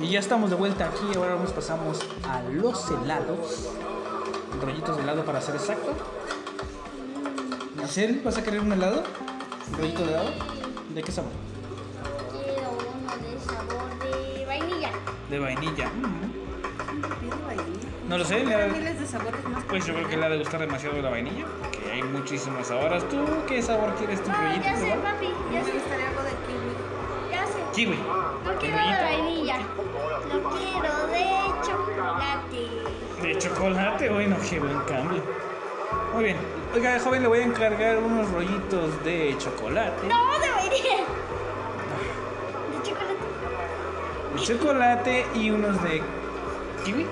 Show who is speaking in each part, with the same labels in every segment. Speaker 1: Y ya estamos de vuelta aquí. Ahora nos pasamos a los helados. Rollitos de helado para ser exacto. ¿Hacer? ¿Vas a querer un helado? ¿Un rollito de helado? ¿De qué sabor?
Speaker 2: Quiero uno de sabor de vainilla.
Speaker 1: De vainilla. Mm. No lo sé. le
Speaker 3: Hay
Speaker 1: ha-
Speaker 3: miles de sabores más.
Speaker 1: Pues yo creo que le ha de gustar demasiado la vainilla. Porque hay muchísimos sabores. ¿Tú qué sabor quieres tu
Speaker 2: No,
Speaker 1: rollito?
Speaker 2: Ah, ya
Speaker 1: de
Speaker 2: sé,
Speaker 1: helado?
Speaker 2: papi.
Speaker 3: Me
Speaker 2: Ya sé,
Speaker 3: gustaría algo de kiwi.
Speaker 2: ya sé.
Speaker 1: Kiwi.
Speaker 2: No
Speaker 1: ¿Tu
Speaker 2: quiero de
Speaker 1: rollito?
Speaker 2: vainilla. Lo quiero de chocolate.
Speaker 1: De chocolate, bueno, qué buen cambio. Muy bien. Oiga, joven, le voy a encargar unos rollitos de chocolate.
Speaker 2: No, de vainilla. De chocolate.
Speaker 1: De chocolate y unos de kiwi.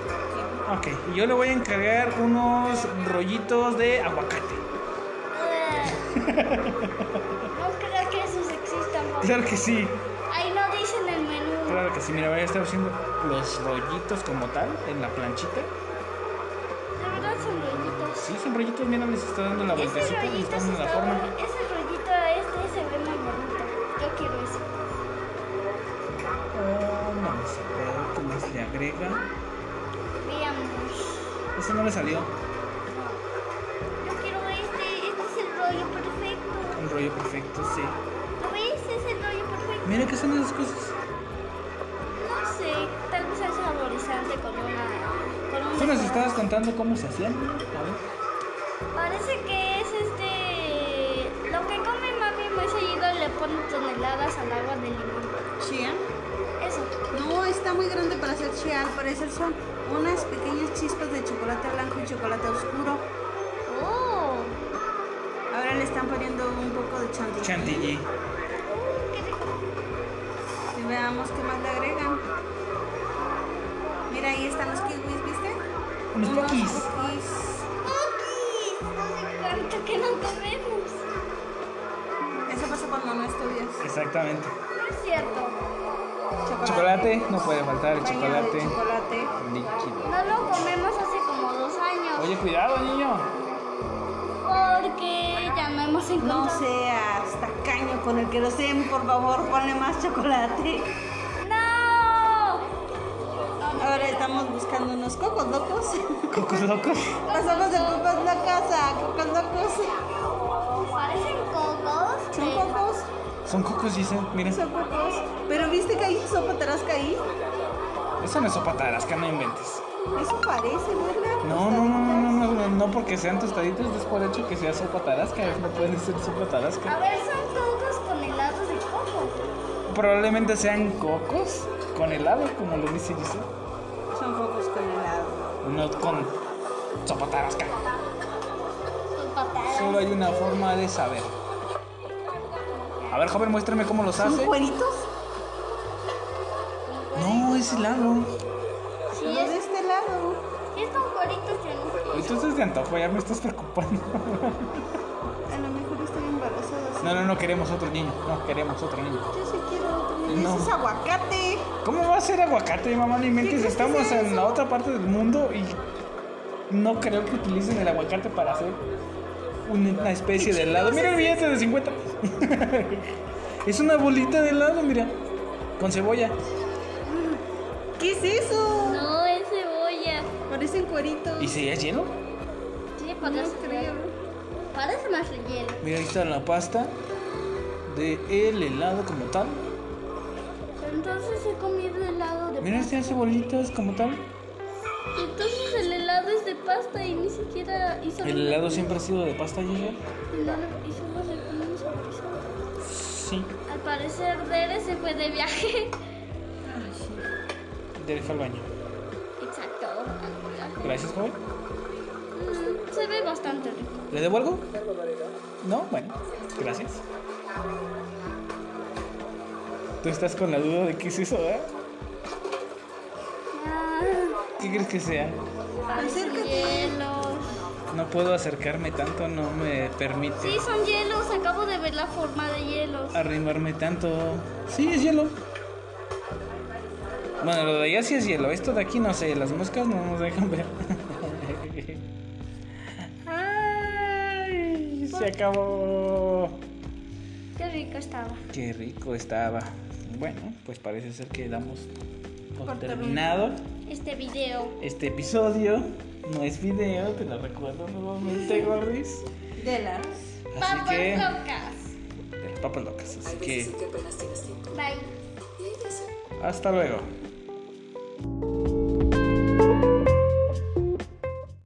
Speaker 1: Ok, y yo le voy a encargar unos rollitos de aguacate.
Speaker 2: Ah. No creo que esos existan, papi.
Speaker 1: Claro que sí,
Speaker 2: Ahí no dicen el menú.
Speaker 1: claro que sí. Mira, voy a estar haciendo los rollitos como tal en la planchita.
Speaker 2: De verdad son rollitos.
Speaker 1: Sí, son rollitos, mira, les está dando la
Speaker 2: Ese
Speaker 1: vueltecita, les
Speaker 2: rollito,
Speaker 1: está
Speaker 2: está
Speaker 1: dando la forma.
Speaker 2: muy- ese rollito este se ve muy bonito. Yo quiero ese.
Speaker 1: Oh, vamos a ver qué más le agrega.
Speaker 2: Veamos.
Speaker 1: Ese no le salió.
Speaker 2: Yo quiero este. Este es el rollo perfecto.
Speaker 1: Un rollo perfecto, sí.
Speaker 2: ¿Lo ves? Es el rollo perfecto.
Speaker 1: Mira, ¿qué son esas cosas?
Speaker 2: No sé, tal vez es saborizante con una. Con una
Speaker 1: Tú nos estabas contando cómo se hacían. A ver.
Speaker 2: Parece que es este. Lo que come mami muy seguido le pone toneladas al agua de limón.
Speaker 3: ¿Chia?
Speaker 2: Eso.
Speaker 3: No, está muy grande para ser chia. Al parecer son unas pequeñas chispas de chocolate blanco y chocolate oscuro.
Speaker 2: Oh,
Speaker 3: Ahora le están poniendo un poco de chantilly.
Speaker 1: Chantilly.
Speaker 2: qué rico.
Speaker 3: Y veamos qué más le agregan. Mira, ahí están los kiwis, ¿viste?
Speaker 1: Unos poquis.
Speaker 3: poquis.
Speaker 2: ¡Poquis! Hace cuánto que no comemos.
Speaker 3: Eso pasa cuando no estudias.
Speaker 1: Exactamente.
Speaker 2: No es cierto.
Speaker 1: Chocolate, no puede faltar el
Speaker 3: Baño
Speaker 1: chocolate
Speaker 3: de chocolate.
Speaker 1: líquido.
Speaker 2: No lo comemos hace como dos años.
Speaker 1: Oye, cuidado, niño.
Speaker 2: Porque ya no hemos encontrado.
Speaker 3: No seas tacaño con el querosén, por favor, ponle más chocolate.
Speaker 2: ¡No!
Speaker 3: Ahora estamos buscando unos cocos locos.
Speaker 1: Cocos locos.
Speaker 3: Pasamos de cocos locos a cocos locos.
Speaker 2: Parecen cocos.
Speaker 3: Son cocos,
Speaker 1: Son cocos, dicen. Mira,
Speaker 3: son cocos. Pero viste que hay sopa tarasca ahí.
Speaker 1: eso no es sopa tarasca, no inventes.
Speaker 3: Eso parece, ¿no es verdad?
Speaker 1: No, no, no, no, no, no, no, porque sean tostaditos, es por hecho que sea sopa tarasca. No pueden ser sopa
Speaker 2: A
Speaker 1: tarasca.
Speaker 2: ver, son cocos con helados de coco.
Speaker 1: Probablemente sean cocos con helado, como lo dice Giselle.
Speaker 3: Son cocos con helado.
Speaker 1: No con sopa tarasca.
Speaker 2: Con patadas.
Speaker 1: Solo hay una forma de saber. A ver, joven, muéstrame cómo los
Speaker 3: ¿Son
Speaker 1: hace.
Speaker 3: cueritos?
Speaker 1: No, es helado.
Speaker 3: No
Speaker 2: Sí,
Speaker 3: de
Speaker 2: es,
Speaker 3: este lado.
Speaker 2: sí es con cueritos de
Speaker 1: Entonces de antojo, ya me estás preocupando.
Speaker 3: A lo mejor estoy embarazada. sí.
Speaker 1: No, no, no queremos otro niño. No queremos otro niño.
Speaker 3: Yo sí quiero otro. niño.
Speaker 1: No.
Speaker 3: Ese es aguacate.
Speaker 1: ¿Cómo va a ser aguacate, mamá? No inventes,
Speaker 3: crees que
Speaker 1: estamos
Speaker 3: sea
Speaker 1: en
Speaker 3: eso?
Speaker 1: la otra parte del mundo y no creo que utilicen el aguacate para hacer una especie de helado. Mira el billete de 50. Es una bolita de helado, mira. Con cebolla.
Speaker 3: ¿Qué es eso?
Speaker 2: No, es cebolla.
Speaker 3: Parecen cueritos.
Speaker 1: ¿Y si es hielo?
Speaker 2: Sí,
Speaker 3: No
Speaker 2: parece
Speaker 3: creo.
Speaker 2: Parece más relleno.
Speaker 1: Mira, ahí está la pasta de el helado como tal.
Speaker 2: Entonces he comido helado de
Speaker 1: Mira, se hace bolitas como tal.
Speaker 2: pasta. Entonces el helado es de pasta y ni siquiera hizo
Speaker 1: El helado siempre ha sido de pasta, Gigi.
Speaker 2: helado y solo se comió un saborizante.
Speaker 1: Sí.
Speaker 2: Al parecer Dere se fue de viaje.
Speaker 1: Deja el baño.
Speaker 2: Exacto. al viaje.
Speaker 1: Gracias, joven.
Speaker 2: Mm, se ve bastante rico.
Speaker 1: ¿Le devuelvo? No, bueno. Gracias. Tú estás con la duda de qué es eso, ¿eh?
Speaker 2: Ah,
Speaker 1: ¿Qué crees que sea?
Speaker 2: parecen
Speaker 3: Acércate.
Speaker 2: hielos.
Speaker 1: No puedo acercarme tanto, no me permite
Speaker 2: Sí, son hielos. Acabo de ver la forma de hielos.
Speaker 1: arrimarme tanto. Sí, es hielo. Bueno, lo de allá sí es hielo. Esto de aquí no sé, las moscas no nos dejan ver. Ay, se acabó.
Speaker 2: Qué rico estaba.
Speaker 1: Qué rico estaba. Bueno, pues parece ser que damos por
Speaker 3: Por
Speaker 1: terminado
Speaker 2: este video
Speaker 1: este episodio. No es video, te lo recuerdo nuevamente, Gordis.
Speaker 3: De las.
Speaker 2: Papas
Speaker 1: Así que,
Speaker 2: locas
Speaker 1: de las papas locas. Así
Speaker 4: Hay
Speaker 1: que,
Speaker 4: veces en que apenas tienes tiempo.
Speaker 2: bye
Speaker 4: Y hay que hacer.
Speaker 1: hasta luego.